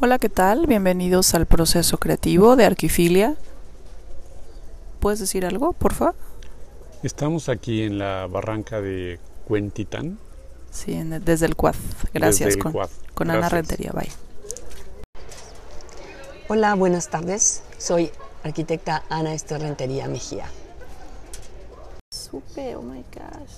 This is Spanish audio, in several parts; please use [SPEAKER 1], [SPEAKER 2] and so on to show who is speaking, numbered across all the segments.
[SPEAKER 1] Hola, ¿qué tal? Bienvenidos al proceso creativo de Arquifilia. ¿Puedes decir algo, porfa?
[SPEAKER 2] Estamos aquí en la barranca de Cuentitán.
[SPEAKER 1] Sí, en- desde el CUAD. Gracias,
[SPEAKER 2] desde el
[SPEAKER 1] con,
[SPEAKER 2] Cuad.
[SPEAKER 1] con Ana
[SPEAKER 2] Gracias.
[SPEAKER 1] Rentería. Bye.
[SPEAKER 3] Hola, buenas tardes. Soy arquitecta Ana Esther Rentería Mejía.
[SPEAKER 4] Supe, oh my gosh.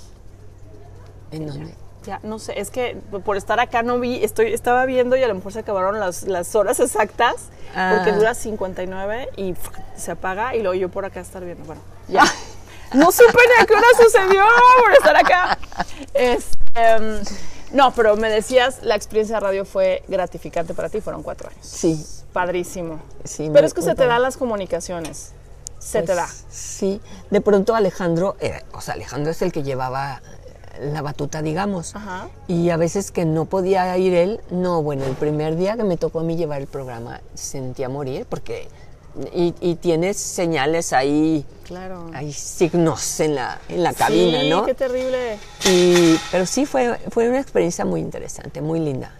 [SPEAKER 3] ¿En dónde?
[SPEAKER 4] Ya, no sé, es que por estar acá no vi, estoy, estaba viendo y a lo mejor se acabaron las, las horas exactas, porque
[SPEAKER 3] Ah.
[SPEAKER 4] dura 59 y pf, se apaga y luego yo por acá estar viendo. Bueno, ya. No supe ni a qué hora sucedió por estar acá. Este, em, no, pero me decías, la experiencia de radio fue gratificante para ti, fueron cuatro años.
[SPEAKER 3] Sí,
[SPEAKER 4] Padrísimo.
[SPEAKER 3] sí.
[SPEAKER 4] Pero
[SPEAKER 3] me-
[SPEAKER 4] es que se te dan las comunicaciones. Se te
[SPEAKER 3] Pues,
[SPEAKER 4] da.
[SPEAKER 3] Sí. De pronto Alejandro, eh, o sea, Alejandro es el que llevaba la batuta, digamos.
[SPEAKER 4] Ajá.
[SPEAKER 3] Y a veces que no podía ir él, no, bueno, el primer día que me tocó a mí llevar el programa sentía morir porque... Y, y tienes señales ahí,
[SPEAKER 4] Claro.
[SPEAKER 3] hay signos en la, en la cabina,
[SPEAKER 4] Ah. sí,
[SPEAKER 3] ¿no?
[SPEAKER 4] qué terrible.
[SPEAKER 3] Y- pero sí fue, fue una experiencia muy interesante, muy linda.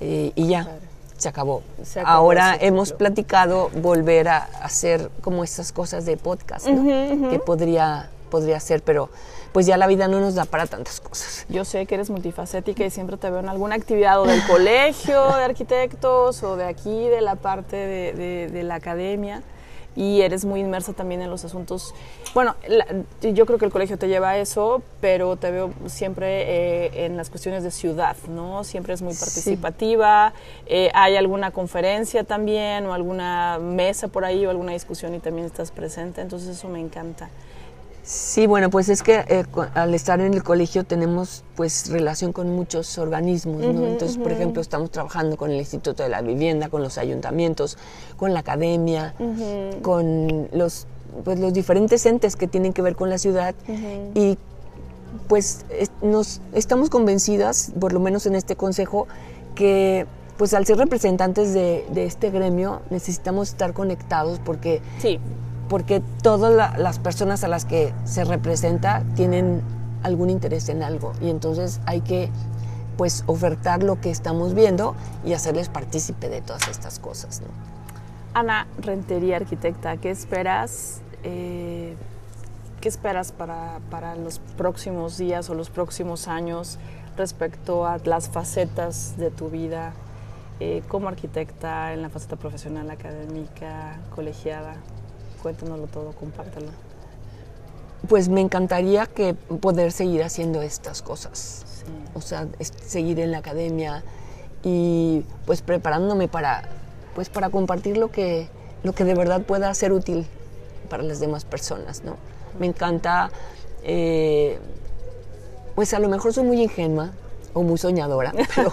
[SPEAKER 3] Eh, y ya, se acabó.
[SPEAKER 4] Se acabó
[SPEAKER 3] Ahora
[SPEAKER 4] ese
[SPEAKER 3] hemos
[SPEAKER 4] ciclo.
[SPEAKER 3] platicado volver a hacer como estas cosas de podcast, ¿no? Que podría, podría ser, pero pues ya la vida no nos da para tantas cosas.
[SPEAKER 4] Yo sé que eres multifacética y siempre te veo en alguna actividad o del colegio de arquitectos o de aquí, de la parte de, de- de la academia. Y eres muy inmersa también en los asuntos. Bueno, la- yo creo que el colegio te lleva a eso, pero te veo siempre eh, en las cuestiones de ciudad, ¿no? Siempre es muy participativa. Eh, hay alguna conferencia también o alguna mesa por ahí o alguna discusión y también estás presente. Entonces eso me encanta.
[SPEAKER 3] Sí, bueno, pues es que eh, cu- al estar en el colegio tenemos pues relación con muchos organismos, ¿no? Entonces, por ejemplo, estamos trabajando con el Instituto de la Vivienda, con los ayuntamientos, con la academia, con los pues los diferentes entes que tienen que ver con la ciudad y pues es- nos estamos convencidas, por lo menos en este consejo, que pues al ser representantes de, de este gremio necesitamos estar conectados porque
[SPEAKER 4] Sí,
[SPEAKER 3] porque todas la- las personas a las que se representa tienen algún interés en algo y entonces hay que pues ofertar lo que estamos viendo y hacerles partícipe de todas estas cosas. ¿no?
[SPEAKER 4] Ana Rentería, arquitecta, ¿qué esperas? eh, ¿Qué esperas para, para los próximos días o los próximos años respecto a las facetas de tu vida eh, como arquitecta en la faceta profesional, académica, colegiada? Cuéntanoslo todo, compártelo.
[SPEAKER 3] Pues me encantaría que poder seguir haciendo estas cosas,
[SPEAKER 4] Sí.
[SPEAKER 3] o sea, es- seguir en la academia y pues preparándome para pues para compartir lo que lo que de verdad pueda ser útil para las demás personas, ¿no? Me encanta eh, Pues a lo mejor soy muy ingenua o muy soñadora, pero,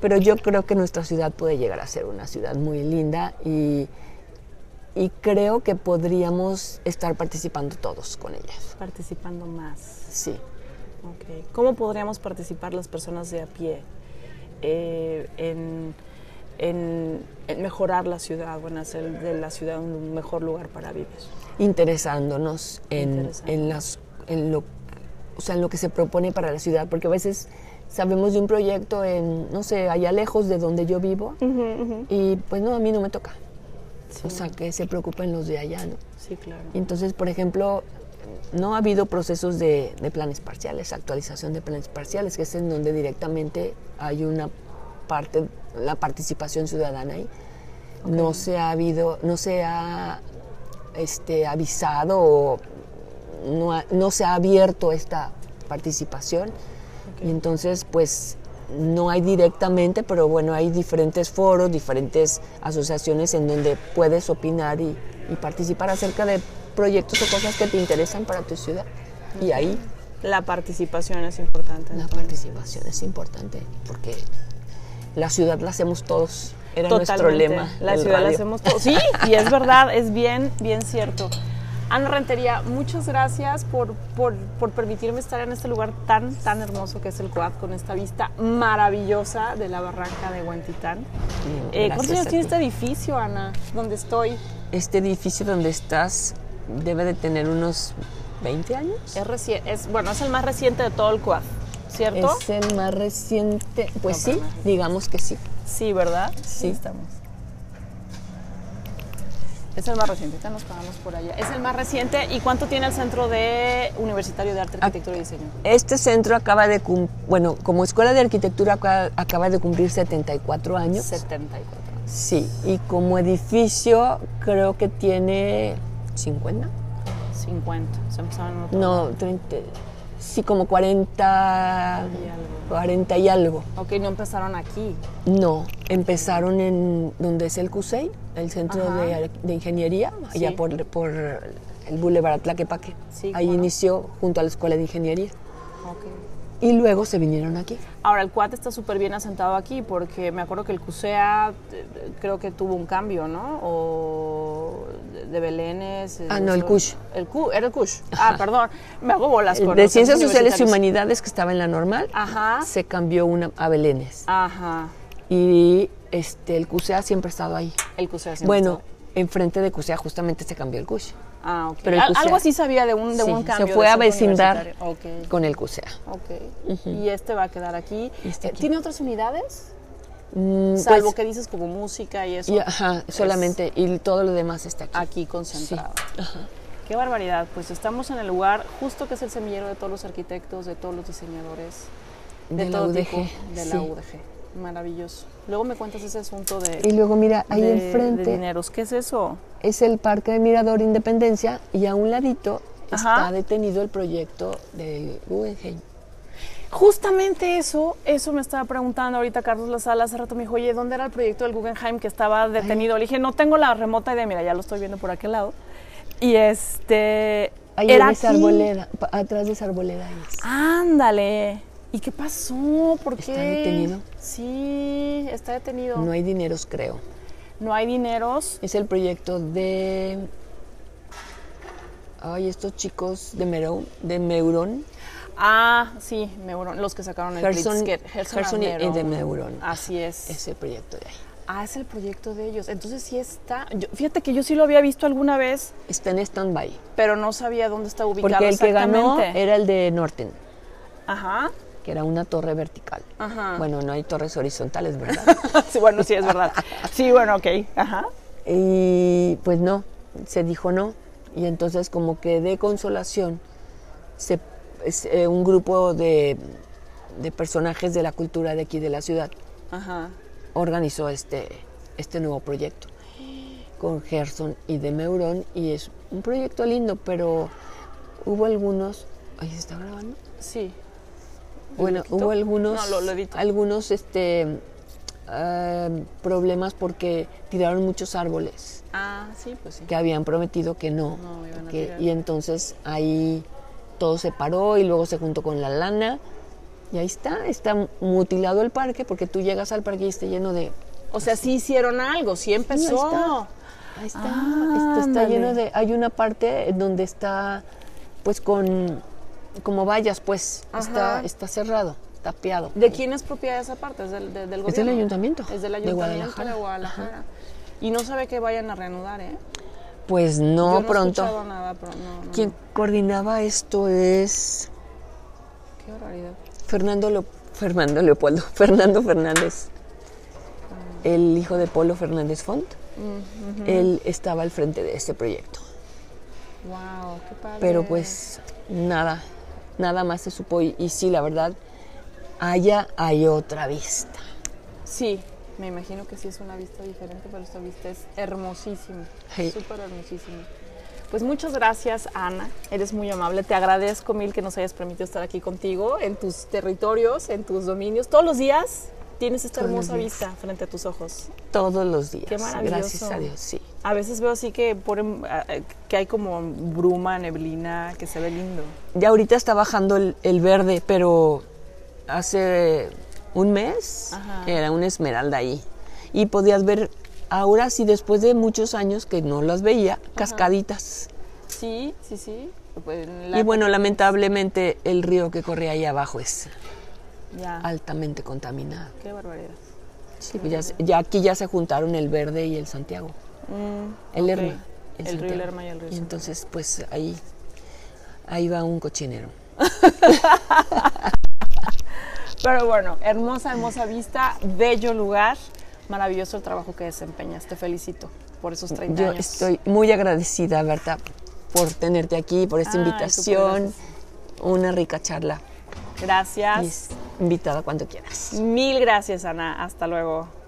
[SPEAKER 3] pero yo creo que nuestra ciudad puede llegar a ser una ciudad muy linda y, y creo que podríamos estar participando todos con ella.
[SPEAKER 4] Participando más.
[SPEAKER 3] Sí.
[SPEAKER 4] Ok. ¿Cómo podríamos participar las personas de a pie eh, en, en- en mejorar la ciudad o en hacer de la ciudad un mejor lugar para vivir?
[SPEAKER 3] interesándonos en,
[SPEAKER 4] Interesante.
[SPEAKER 3] en las, en, lo, o sea, en lo que se propone para la ciudad, porque a veces sabemos de un proyecto en, no sé, allá lejos de donde yo vivo, y pues no, a mí no me toca. O sea, que se preocupen los de allá, ¿no?
[SPEAKER 4] Sí, claro.
[SPEAKER 3] Y Entonces, por ejemplo, no ha habido procesos de, de planes parciales, actualización de planes parciales, que es en donde directamente hay una parte, la participación ciudadana ahí. No se ha habido, no se ha este, avisado o no, ha- no se ha abierto esta participación. Y entonces, pues, no hay directamente, pero bueno, hay diferentes foros, diferentes asociaciones en donde puedes opinar y, y participar acerca de proyectos o cosas que te interesan para tu ciudad. Y ahí
[SPEAKER 4] La participación es importante.
[SPEAKER 3] la
[SPEAKER 4] entonces.
[SPEAKER 3] participación es importante, porque la ciudad la hacemos todos. Era nuestro
[SPEAKER 4] Totalmente.
[SPEAKER 3] lema.
[SPEAKER 4] La
[SPEAKER 3] del
[SPEAKER 4] ciudad la
[SPEAKER 3] radio.
[SPEAKER 4] hacemos todos. Sí, y es verdad, es bien, bien cierto. Ana Rentería, muchas gracias por, por- por permitirme estar en este lugar tan, tan hermoso que es el Quad, con esta vista maravillosa de la barranca de Huentitán.
[SPEAKER 3] Bien,
[SPEAKER 4] Eh,
[SPEAKER 3] gracias
[SPEAKER 4] ¿Cuántos
[SPEAKER 3] a
[SPEAKER 4] años tiene
[SPEAKER 3] ti.
[SPEAKER 4] este edificio, Ana? ¿Dónde estoy?
[SPEAKER 3] Este edificio donde estás debe de tener unos 20 años.
[SPEAKER 4] Es, reci- es bueno, es el más reciente de todo el Quad, ¿cierto?
[SPEAKER 3] Es el más reciente. Pues
[SPEAKER 4] No,
[SPEAKER 3] sí,
[SPEAKER 4] pero no.
[SPEAKER 3] digamos que sí.
[SPEAKER 4] Sí, ¿verdad?
[SPEAKER 3] Sí.
[SPEAKER 4] estamos. Es el más reciente, ahorita nos pagamos por allá. Es el más reciente. ¿Y cuánto tiene el Centro de Universitario de Arte, Arquitectura y Diseño?
[SPEAKER 3] Este centro acaba de, cum- bueno, como escuela de arquitectura acaba, acaba de cumplir 74 años.
[SPEAKER 4] 74.
[SPEAKER 3] Sí, y como edificio creo que tiene 50.
[SPEAKER 4] 50. Se empezaron en otro
[SPEAKER 3] No, 30. Sí, como 40
[SPEAKER 4] y algo.
[SPEAKER 3] 40 y algo.
[SPEAKER 4] Ok, no empezaron aquí.
[SPEAKER 3] No, empezaron en donde es el CUSEI, el Centro
[SPEAKER 4] Ajá.
[SPEAKER 3] de, Ar- de Ingeniería, allá
[SPEAKER 4] Sí.
[SPEAKER 3] por, por el Boulevard Tlaquepaque.
[SPEAKER 4] Sí,
[SPEAKER 3] Ahí
[SPEAKER 4] cómo no.
[SPEAKER 3] inició junto a la Escuela de Ingeniería.
[SPEAKER 4] Ok.
[SPEAKER 3] Y luego se vinieron aquí.
[SPEAKER 4] Ahora, el CUAT está súper bien asentado aquí porque me acuerdo que el CUSEA eh, creo que tuvo un cambio, ¿no? O de- de Belénes. eh,
[SPEAKER 3] Ah, no, el
[SPEAKER 4] so-
[SPEAKER 3] CUSH.
[SPEAKER 4] El CU, era el CUSH. Ah, perdón. Me hago bolas
[SPEAKER 3] El
[SPEAKER 4] con
[SPEAKER 3] de
[SPEAKER 4] los centros
[SPEAKER 3] Ciencias Sociales y
[SPEAKER 4] universitarios.
[SPEAKER 3] Humanidades, que estaba en la normal,
[SPEAKER 4] Ajá.
[SPEAKER 3] se cambió una, a Belénes.
[SPEAKER 4] Ajá.
[SPEAKER 3] Y este, el CUSEA siempre ha estado ahí.
[SPEAKER 4] El CUSEA siempre
[SPEAKER 3] bueno,
[SPEAKER 4] estuvo.
[SPEAKER 3] enfrente de CUSEA justamente se cambió el CUSH.
[SPEAKER 4] Ah, ok.
[SPEAKER 3] pero el
[SPEAKER 4] Al-
[SPEAKER 3] CUSEA.
[SPEAKER 4] algo así sabía de un, de
[SPEAKER 3] Sí,
[SPEAKER 4] un cambio.
[SPEAKER 3] se
[SPEAKER 4] de
[SPEAKER 3] fue a
[SPEAKER 4] centro
[SPEAKER 3] vecindar
[SPEAKER 4] universitario. Ok.
[SPEAKER 3] con el CUSEA.
[SPEAKER 4] ok. Y este va a quedar aquí.
[SPEAKER 3] Este
[SPEAKER 4] Eh,
[SPEAKER 3] aquí.
[SPEAKER 4] ¿Tiene otras unidades?
[SPEAKER 3] Mm,
[SPEAKER 4] Salvo
[SPEAKER 3] pues,
[SPEAKER 4] que dices como música y eso.
[SPEAKER 3] y, ajá, solamente, y todo lo demás está aquí.
[SPEAKER 4] aquí concentrado. Qué barbaridad, pues estamos en el lugar justo que es el semillero de todos los arquitectos, de todos los diseñadores, de,
[SPEAKER 3] De la
[SPEAKER 4] todo
[SPEAKER 3] UDG,
[SPEAKER 4] tipo de
[SPEAKER 3] sí.
[SPEAKER 4] la UDG. Maravilloso. Luego me cuentas ese asunto
[SPEAKER 3] Y
[SPEAKER 4] de,
[SPEAKER 3] luego mira, ahí
[SPEAKER 4] de- de
[SPEAKER 3] enfrente
[SPEAKER 4] dineros. ¿Qué es eso?
[SPEAKER 3] es el Parque de Mirador Independencia y a un ladito
[SPEAKER 4] Ajá.
[SPEAKER 3] está detenido el proyecto del Guggenheim.
[SPEAKER 4] Justamente eso, eso me estaba preguntando ahorita Carlos Lazala, hace rato me dijo, oye, ¿dónde era el proyecto del Guggenheim que estaba detenido? Le dije, no tengo la remota idea, mira, ya lo estoy viendo por aquel lado. Y este...
[SPEAKER 3] Ahí
[SPEAKER 4] era
[SPEAKER 3] en esa
[SPEAKER 4] aquí. Ah,
[SPEAKER 3] arboleda, pa- atrás de esa arboleda ahí es.
[SPEAKER 4] Ándale. ¿Y qué pasó? ¿Por qué?
[SPEAKER 3] Está detenido.
[SPEAKER 4] Sí, está detenido.
[SPEAKER 3] No
[SPEAKER 4] No hay,
[SPEAKER 3] hay dineros, creo.
[SPEAKER 4] dineros.
[SPEAKER 3] Es el proyecto de Ay, estos chicos de Merón, de Meuron,
[SPEAKER 4] Ah, sí, Meuron, los que sacaron el
[SPEAKER 3] Gerson-
[SPEAKER 4] Pritzker, Gerson,
[SPEAKER 3] Gerson y- y de Meuron.
[SPEAKER 4] Así es.
[SPEAKER 3] es el proyecto de ahí.
[SPEAKER 4] Ah, es el proyecto de ellos. Entonces sí está. yo- fíjate que yo sí lo había visto alguna vez,
[SPEAKER 3] Está en stand-by.
[SPEAKER 4] pero no sabía dónde está ubicado
[SPEAKER 3] Porque el que ganó
[SPEAKER 4] exactamente.
[SPEAKER 3] era el de Norten,
[SPEAKER 4] Ajá.
[SPEAKER 3] que era una torre vertical.
[SPEAKER 4] Ajá.
[SPEAKER 3] Bueno, no hay torres horizontales, ¿verdad?
[SPEAKER 4] sí, bueno, sí, es verdad. Sí, bueno, ok. Ajá.
[SPEAKER 3] Y pues no, se dijo no. Y entonces como que de consolación, se- es, eh, un grupo de, de personajes de la cultura de aquí de la ciudad
[SPEAKER 4] Ajá.
[SPEAKER 3] organizó este, este nuevo proyecto con Gerson y de Meuron. Y es un proyecto lindo, pero hubo algunos... ¿Ahí se está grabando?
[SPEAKER 4] Sí.
[SPEAKER 3] Bueno,
[SPEAKER 4] quito?
[SPEAKER 3] hubo algunos,
[SPEAKER 4] No, lo- lo edito.
[SPEAKER 3] algunos este, ah, problemas porque tiraron muchos árboles.
[SPEAKER 4] Ah, sí, pues sí.
[SPEAKER 3] que habían prometido que no.
[SPEAKER 4] No, iban a
[SPEAKER 3] que-
[SPEAKER 4] tirar.
[SPEAKER 3] y entonces ahí todo se paró y luego se juntó con la lana. Y ahí está, está mutilado el parque porque tú llegas al parque y está lleno de...
[SPEAKER 4] O sea, sí hicieron algo, sí
[SPEAKER 3] Pues Sí,
[SPEAKER 4] empezó.
[SPEAKER 3] Ahí está,
[SPEAKER 4] Ah,
[SPEAKER 3] esto está
[SPEAKER 4] ándale.
[SPEAKER 3] lleno de... Hay una parte en donde está pues con... como vallas pues,
[SPEAKER 4] Ajá.
[SPEAKER 3] está, está cerrado, tapeado.
[SPEAKER 4] ¿De quién es propiedad esa parte? ¿Es del, de- del gobierno?
[SPEAKER 3] Es del ayuntamiento,
[SPEAKER 4] Es del
[SPEAKER 3] de
[SPEAKER 4] ayuntamiento
[SPEAKER 3] Guadalajara.
[SPEAKER 4] de Guadalajara. Y no sabe que vayan a reanudar, ¿eh?
[SPEAKER 3] Pues
[SPEAKER 4] Yo
[SPEAKER 3] no,
[SPEAKER 4] no he
[SPEAKER 3] pronto.
[SPEAKER 4] escuchado nada, pero no, no,
[SPEAKER 3] Quien
[SPEAKER 4] no.
[SPEAKER 3] coordinaba esto es...
[SPEAKER 4] Qué barbaridad.
[SPEAKER 3] Fernando, Leo- Fernando Leopoldo, Fernando Fernández, el hijo de Polo Fernández Font, él estaba al frente de este proyecto.
[SPEAKER 4] Wow, qué padre.
[SPEAKER 3] Pero pues nada, nada más se supo y, y sí, la verdad, allá hay otra vista.
[SPEAKER 4] Sí, me imagino que sí es una vista diferente, pero esta vista es hermosísima.
[SPEAKER 3] Sí.
[SPEAKER 4] Súper hermosísima. Pues muchas gracias, Ana. Eres muy amable. Te agradezco mil que nos hayas permitido estar aquí contigo, en tus territorios, en tus dominios. Todos los días tienes esta
[SPEAKER 3] Todos los
[SPEAKER 4] hermosa
[SPEAKER 3] días.
[SPEAKER 4] vista frente a tus ojos.
[SPEAKER 3] Todos los días.
[SPEAKER 4] Qué maravilloso.
[SPEAKER 3] Gracias a Dios, sí.
[SPEAKER 4] A veces veo así que ponen, ah, eh, que hay como bruma, neblina, que se ve lindo.
[SPEAKER 3] Ya ahorita está bajando el, el verde, pero hace un mes
[SPEAKER 4] Ajá.
[SPEAKER 3] era una esmeralda ahí. Y podías ver, ahora sí, después de muchos años que no las veía, cascaditas.
[SPEAKER 4] Sí, sí, sí. Pues, en la-
[SPEAKER 3] Y bueno, lamentablemente el río que corre ahí abajo es
[SPEAKER 4] ya.
[SPEAKER 3] altamente contaminado.
[SPEAKER 4] Qué barbaridad.
[SPEAKER 3] Sí, pues ya, se- ya aquí ya se juntaron el verde y el Santiago,
[SPEAKER 4] Mm,
[SPEAKER 3] el
[SPEAKER 4] ok.
[SPEAKER 3] Lerma.
[SPEAKER 4] El
[SPEAKER 3] Santiago.
[SPEAKER 4] río Lerma y el río
[SPEAKER 3] Y
[SPEAKER 4] Santiago.
[SPEAKER 3] entonces, pues ahí, ahí va un cochinero.
[SPEAKER 4] Pero bueno, hermosa, hermosa vista, bello lugar. maravilloso el trabajo que desempeñas. Te felicito por esos 30
[SPEAKER 3] Yo
[SPEAKER 4] años.
[SPEAKER 3] estoy muy agradecida, Berta, por tenerte aquí, por esta
[SPEAKER 4] Ay,
[SPEAKER 3] invitación.
[SPEAKER 4] súper
[SPEAKER 3] Una rica charla.
[SPEAKER 4] Gracias.
[SPEAKER 3] Y es invitada cuando quieras.
[SPEAKER 4] Mil gracias, Ana. Hasta luego.